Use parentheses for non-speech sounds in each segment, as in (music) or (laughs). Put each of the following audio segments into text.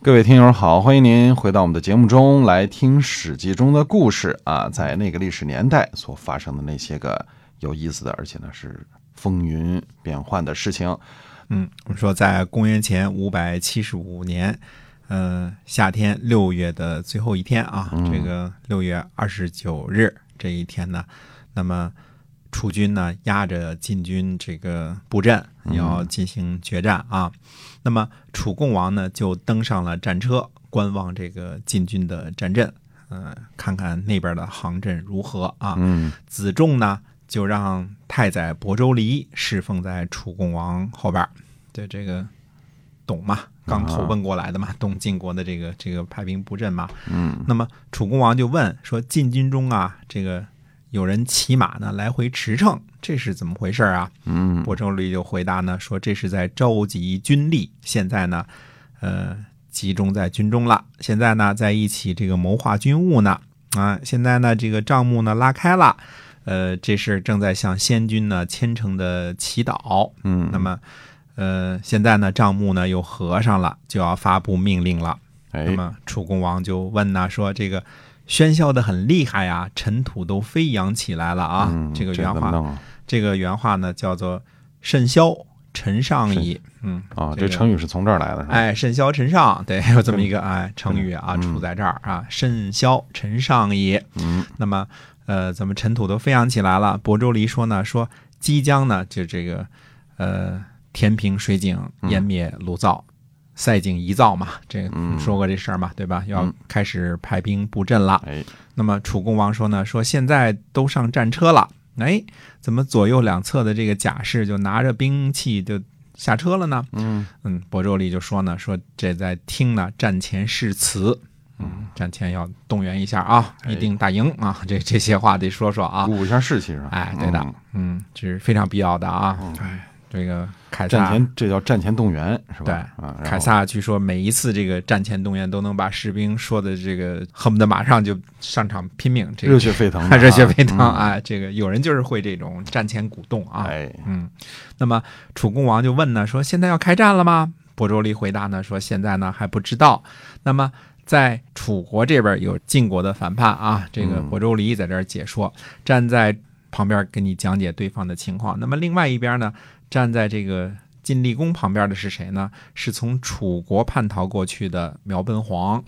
各位听友好，欢迎您回到我们的节目中来听《史记》中的故事啊，在那个历史年代所发生的那些个有意思的，而且呢是风云变幻的事情。嗯，我们说在公元前五百七十五年，呃，夏天六月的最后一天啊，这个六月二十九日这一天呢，那么楚军呢压着晋军这个布阵，要进行决战啊。那么楚共王呢就登上了战车，观望这个晋军的战阵，呃，看看那边的行阵如何啊。嗯子仲呢，就让太宰亳州离侍奉在楚共王后边儿。对这个董嘛，刚投奔过来的嘛，董晋国的这个这个派兵布阵嘛。嗯那么楚共王就问说：“晋军中啊，这个有人骑马呢，来回驰骋，这是怎么回事儿啊？”嗯亳州离就回答呢，说这是在召集军力，现在呢，呃，集中在军中了。现在呢，在一起这个谋划军务呢，啊，现在呢，这个账目呢拉开了，呃，这是正在向先君呢虔诚的祈祷。嗯，那么，呃，现在呢，账目呢又合上了，就要发布命令了。那哎，么楚共王就问呐，说这个喧嚣的很厉害呀，尘土都飞扬起来了啊。嗯这个怎原么话弄啊？这个原话呢叫做“甚嚣尘上矣”。嗯，啊，这这个成语是从这儿来的，是吧？ (laughs) 哎，甚嚣尘上，对，有这么一个哎成语啊，啊嗯出在这儿啊，“甚嚣尘上矣”。嗯那么，呃，咱们尘土都飞扬起来了。亳州离说呢，说即将呢，就这个，呃，填平水井，湮灭炉灶，塞井遗灶嘛，这个嗯说过这事儿嘛，对吧？要嗯开始派兵布阵了。哎，那么楚共王说呢，说现在都上战车了，哎，怎么左右两侧的这个甲士就拿着兵器就下车了呢？嗯嗯，亳州离就说呢，说这在听呢战前誓词，嗯，战前要动员一下啊，哎一定打赢啊， (laughs) 这这些话得说说啊鼓，舞一下士气是吧？哎，对的嗯，嗯，这是非常必要的啊，哎，这个凯战撒。前这哦叫战前动员是吧？对啊，然后凯撒据说每一次这个战前动员都能把士兵说的这个恨不得马上就上场拼命，这个热血沸腾的啊， (laughs) 热血沸腾嗯！啊！这个有人就是会这种战前鼓动啊。哎，嗯，那么楚共王就问呢，说现在要开战了吗？亳州离回答呢，说现在呢还不知道。那么在楚国这边有晋国的反叛啊，这个嗯亳州离在这儿解说，站在旁边给你讲解对方的情况。那么另外一边呢，站在这个晋厉公旁边的是谁呢？是从楚国叛逃过去的苗贲黄。哎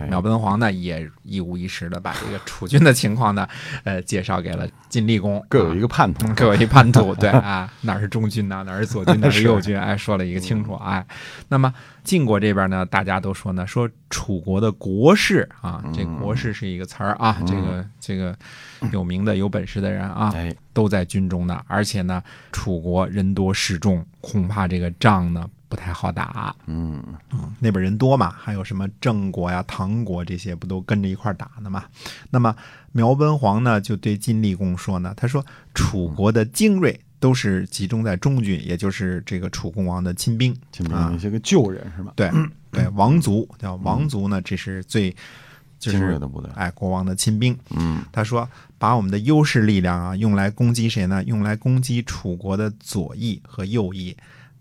嗯，苗贲黄呢也一五一十的把这个楚军的情况呢，呃，介绍给了晋厉公。各有一啊个盼头嗯， (laughs) 各有一叛 (laughs) 徒，对啊，哪儿是中军呐、哪儿是左军，哪儿 (laughs) 是右军，哎，说了一个清楚，哎，那么晋国这边呢，大家都说呢，说楚国的国士啊，这国士是一个词儿啊，这个这个有名的有本事的人啊，哎，都在军中呢，而且呢，楚国人多势众，恐怕这个仗呢不太好打，啊嗯，那边人多嘛，还有什么郑国呀、唐国这些不都跟着一块儿打呢嘛？那么苗文皇呢就对晋厉公说呢，他说楚国的精锐都是集中在中军，也就是这个楚共王的亲兵，秦明啊那些个旧人是吧？对 (clears throat) 对，王族叫王族呢，这是最就精锐是的部队，哎国王的亲兵。嗯他说把我们的优势力量啊用来攻击谁呢？用来攻击楚国的左翼和右翼，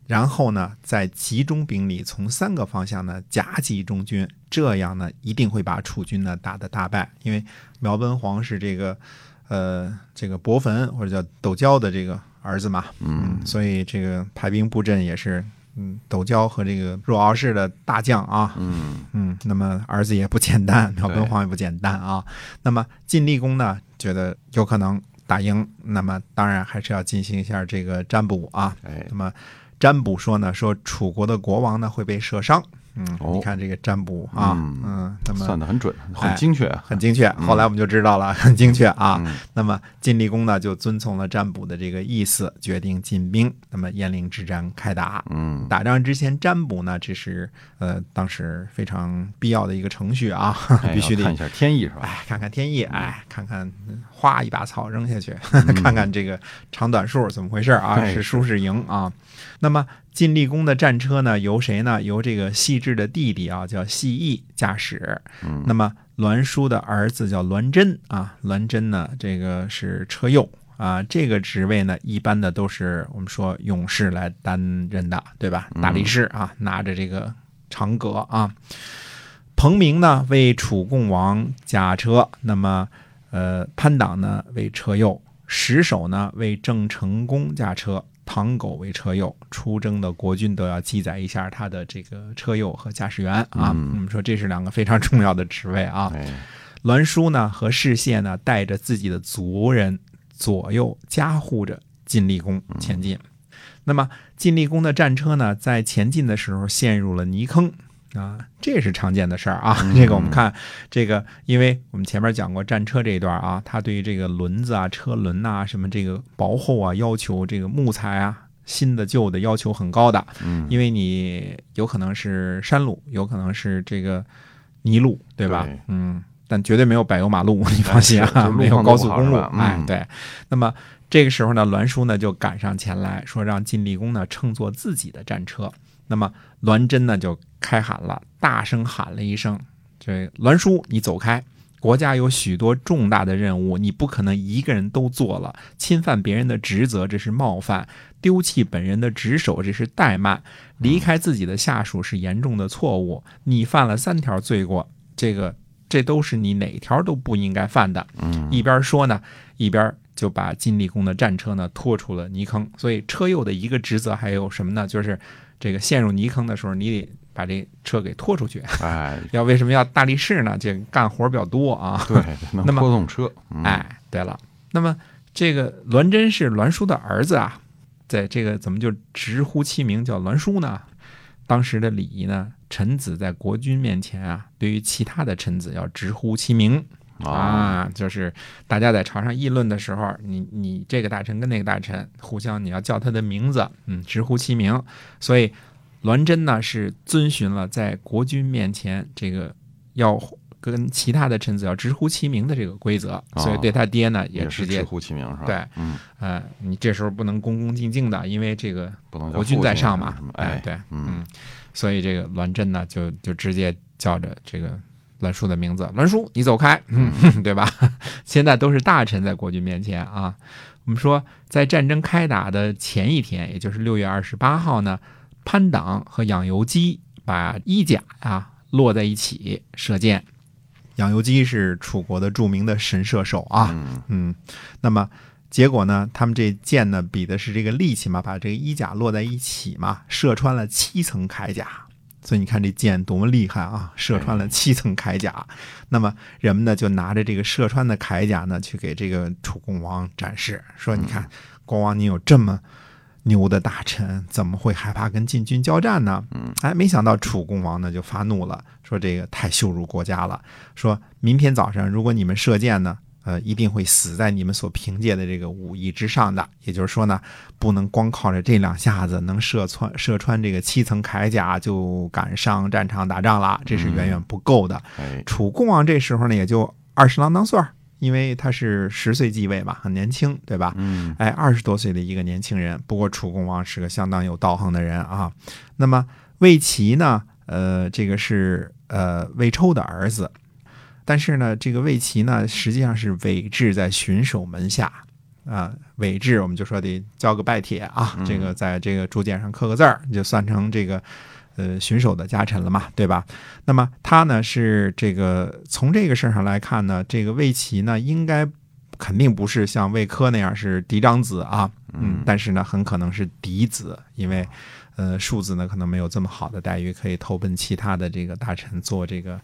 然后呢再集中兵力从三个方向呢夹击中军，这样呢一定会把楚军呢打得大败。因为苗文皇是这个呃这个伯坟或者叫斗椒的这个儿子嘛，嗯，所以这个排兵布阵也是。嗯，斗椒和这个若敖氏的大将啊，嗯嗯，那么儿子也不简单，苗对文皇也不简单啊。那么晋厉公呢，觉得有可能打赢，那么当然还是要进行一下这个占卜啊。哎那，么占卜说呢，说楚国的国王呢会被射伤。嗯，哦你看这个占卜啊，嗯嗯，那么算的很准，很哎精确，啊很精确。嗯后来我们就知道了， (laughs) 很精确啊。那么晋厉公呢，就遵从了占卜的这个意思，决定进兵。那么鄢陵之战开打。嗯，打仗之前占卜呢，这是呃当时非常必要的一个程序啊，哎 (laughs) 必须要得看一下天意是吧？哎看看天意，哎看看嗯哗一把草扔下去，嗯 (laughs) 看看这个长短数怎么回事啊，哎是输是赢啊。那么晋厉公的战车呢，由谁呢？由这个细致的弟弟啊，叫细义驾驶。嗯那么栾书的儿子叫栾真啊，栾真呢，这个是车右。啊，这个职位呢，一般的都是我们说勇嗯士来担任的，对吧？大力士啊，拿着这个长戈啊。彭明呢为楚共王驾车，那么呃潘党呢为车右，石守呢为郑成功驾车，唐狗为车右。出征的国君都要记载一下他的这个车右和驾驶员啊。嗯我们说这是两个非常重要的职位啊。哎，栾书呢和士燮呢带着自己的族人左右加护着晋厉公前进。那么晋厉公的战车呢，在前进的时候陷入了泥坑啊，这也是常见的事儿啊。这个我们看这个，因为我们前面讲过战车这一段啊，它对于这个轮子啊、车轮呐、什么这个薄厚啊要求，这个木材啊。新的、旧的要求很高的，嗯，因为你有可能是山路，有可能是这个泥路，对吧？对嗯，但绝对没有柏油马路， (laughs) 你放心是就是啊，路没有况高都速不好公是路吧。嗯哎，对。那么这个时候呢，栾书呢就赶上前来说，让晋厉公呢乘坐自己的战车。那么栾真呢就开喊了，大声喊了一声：“这栾书，你走开！国家有许多重大的任务，你不可能一个人都做了。侵犯别人的职责，这是冒犯；丢弃本人的职守，这是怠慢；离开自己的下属是严重的错误。你犯了三条罪过，这个这都是你哪条都不应该犯的。”嗯，一边说呢，一边就把晋厉公的战车呢拖出了泥坑。所以车右的一个职责还有什么呢？就是这个陷入泥坑的时候，你得把这车给拖出去。 (laughs) 哎，要为什么要大力士呢？这干活比较多啊。 (laughs) 对，能那么拖动车，嗯，哎，对了，那么这个栾真是栾书的儿子啊，在这个怎么就直呼其名叫栾书呢？当时的礼仪呢，臣子在国君面前啊，对于其他的臣子要直呼其名。啊，啊，就是大家在朝上议论的时候，你你这个大臣跟那个大臣互相你要叫他的名字，嗯，直呼其名。所以栾真呢是遵循了在国君面前这个要跟其他的臣子要直呼其名的这个规则，所以对他爹呢也啊也是直直接呼其名是吧？对，嗯，呃，你这时候不能恭恭敬敬的，因为这个不能叫国君父在亲上什么嘛什么，哎哎，，对，嗯，所以这个栾真呢，就就直接叫着这个栾书的名字，栾书，你走开， (laughs) 嗯，对吧？现在都是大臣在国君面前啊。我们说，在战争开打的前一天，也就是六月二十八号呢，潘党和养由基把衣甲啊摞在一起射箭。养由基是楚国的著名的神射手啊，嗯嗯，那么结果呢，他们这箭呢比的是这个力气嘛，把这个衣甲摞在一起嘛，射穿了七层铠甲。所以你看这箭多么厉害啊！射穿了七层铠甲，那么人们呢就拿着这个射穿的铠甲呢，去给这个楚共王展示，说：“你看，国王，你有这么牛的大臣，怎么会害怕跟晋军交战呢？”嗯，哎，没想到楚共王呢就发怒了，说：“这个太羞辱国家了！说明天早上，如果你们射箭呢，呃，一定会死在你们所凭借的这个武艺之上的。也就是说呢，不能光靠着这两下子能射穿射穿这个七层铠甲就赶上战场打仗了，这是远远不够的。哎，楚共王这时候呢也就二十郎当岁儿，因为他是十岁继位嘛，很年轻，对吧？嗯，哎，二十多岁的一个年轻人。不过楚共王是个相当有道行的人啊。那么魏齐呢，呃，这个是呃魏抽的儿子，但是呢，这个魏齐呢实际上是伪制在荀守门下。啊，伪制我们就说得交个拜帖啊，这个在这个竹简上刻个字儿，就算成这个呃荀守的家臣了嘛，对吧？那么他呢是这个从这个事儿上来看呢，这个魏齐呢应该肯定不是像魏科那样是嫡长子啊，嗯，但是呢很可能是嫡子，因为呃庶子呢可能没有这么好的待遇，可以投奔其他的这个大臣做这个。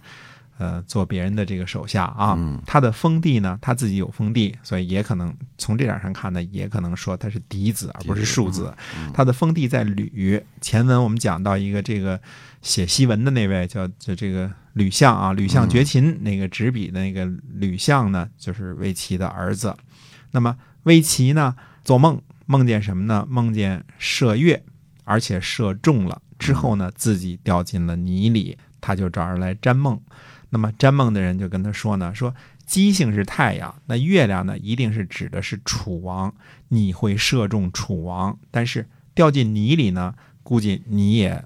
呃，做别人的这个手下啊，嗯他的封地呢，他自己有封地，所以也可能从这点上看呢，也可能说他是嫡子而不是庶子。嗯他的封地在吕。前文我们讲到一个这个写檄文的那位叫就这个吕相啊，吕相绝秦、那个执笔的那个吕相呢，就是魏齐的儿子。那么魏齐呢，做梦梦见什么呢？梦见射月，而且射中了之后呢，自己掉进了泥里，他就找人来占梦。那么占梦的人就跟他说呢，说姬姓是太阳，那月亮呢一定是指的是楚王，你会射中楚王，但是掉进泥里呢，估计你也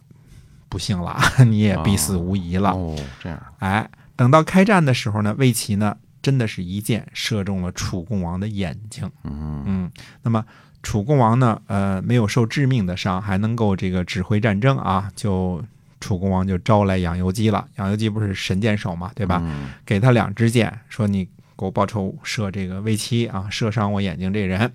不幸了， (laughs) 你也必死无疑了。哦，这样，哎，等到开战的时候呢，魏齐呢真的是一箭射中了楚共王的眼睛。嗯嗯，那么楚共王呢，呃，没有受致命的伤，还能够这个指挥战争啊，就。楚公王就招来养由基了。养由基不是神箭手嘛，对吧？嗯给他两支箭，说你给我报仇，射这个魏七啊，射伤我眼睛这人。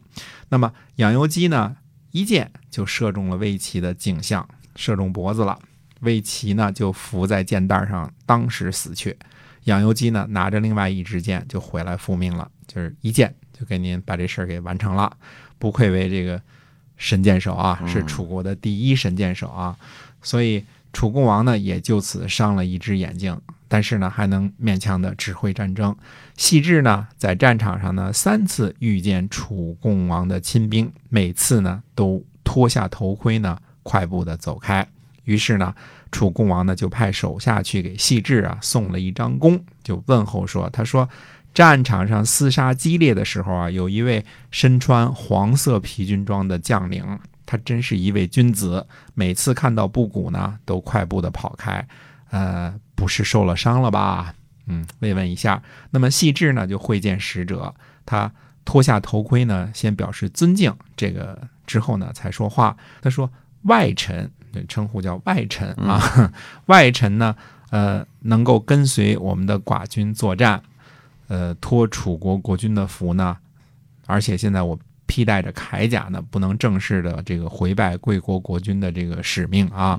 那么养由基呢，一箭就射中了魏七的颈项，射中脖子了。魏齐呢就伏在箭袋上，当时死去。养由基呢拿着另外一支箭就回来复命了，就是一箭就给您把这事儿给完成了，不愧为这个神箭手啊，是楚国的第一神箭手啊。所以楚共王呢也就此伤了一只眼睛，但是呢还能勉强的指挥战争。细致呢在战场上呢三次遇见楚共王的亲兵，每次呢都脱下头盔呢快步的走开。于是呢，楚共王呢就派手下去给细致啊送了一张弓，就问候说：“他说，战场上厮杀激烈的时候啊，有一位身穿黄色皮军装的将领，他真是一位君子。每次看到布谷呢，都快步的跑开。呃，不是受了伤了吧？嗯，慰问一下。那么细致呢就会见使者，他脱下头盔呢，先表示尊敬，这个之后呢才说话。他说。”外臣，对，称呼叫外臣啊。 (laughs) 外臣呢，呃，能够跟随我们的寡君作战，呃，托楚国国君的福呢，而且现在我披戴着铠甲呢，不能正式的这个回拜贵国国君的这个使命啊。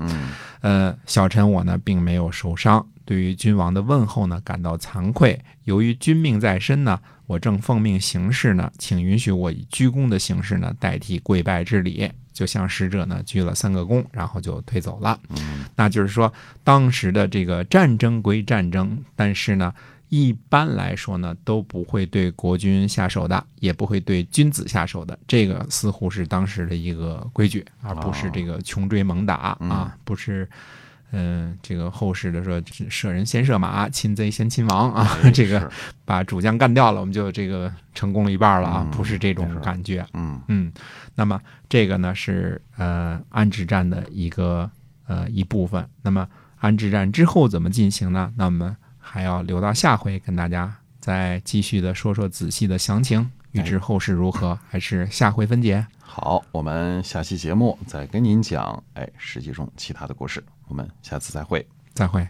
呃，小臣我呢并没有受伤，对于君王的问候呢感到惭愧。由于君命在身呢，我正奉命行事呢，请允许我以鞠躬的形式呢代替跪拜之礼。就向使者呢鞠了三个躬，然后就退走了。那就是说，当时的这个战争归战争，但是呢，一般来说呢，都不会对国君下手的，也不会对君子下手的。这个似乎是当时的一个规矩，而不是这个穷追猛打、啊，不是。嗯、这个后世的说射人先射马，擒贼先擒王啊，哎 (laughs) (laughs) 这个是把主将干掉了，我们就这个成功了一半了啊，不是这种感觉。嗯嗯，那么这个呢是呃安置战的一个呃一部分。那么安置战之后怎么进行呢？那我们还要留到下回跟大家再继续的说说仔细的详情。预哎知后事如何，还是下回分解。好，我们下期节目再跟您讲，哎，实际中其他的故事，我们下次再会。再会。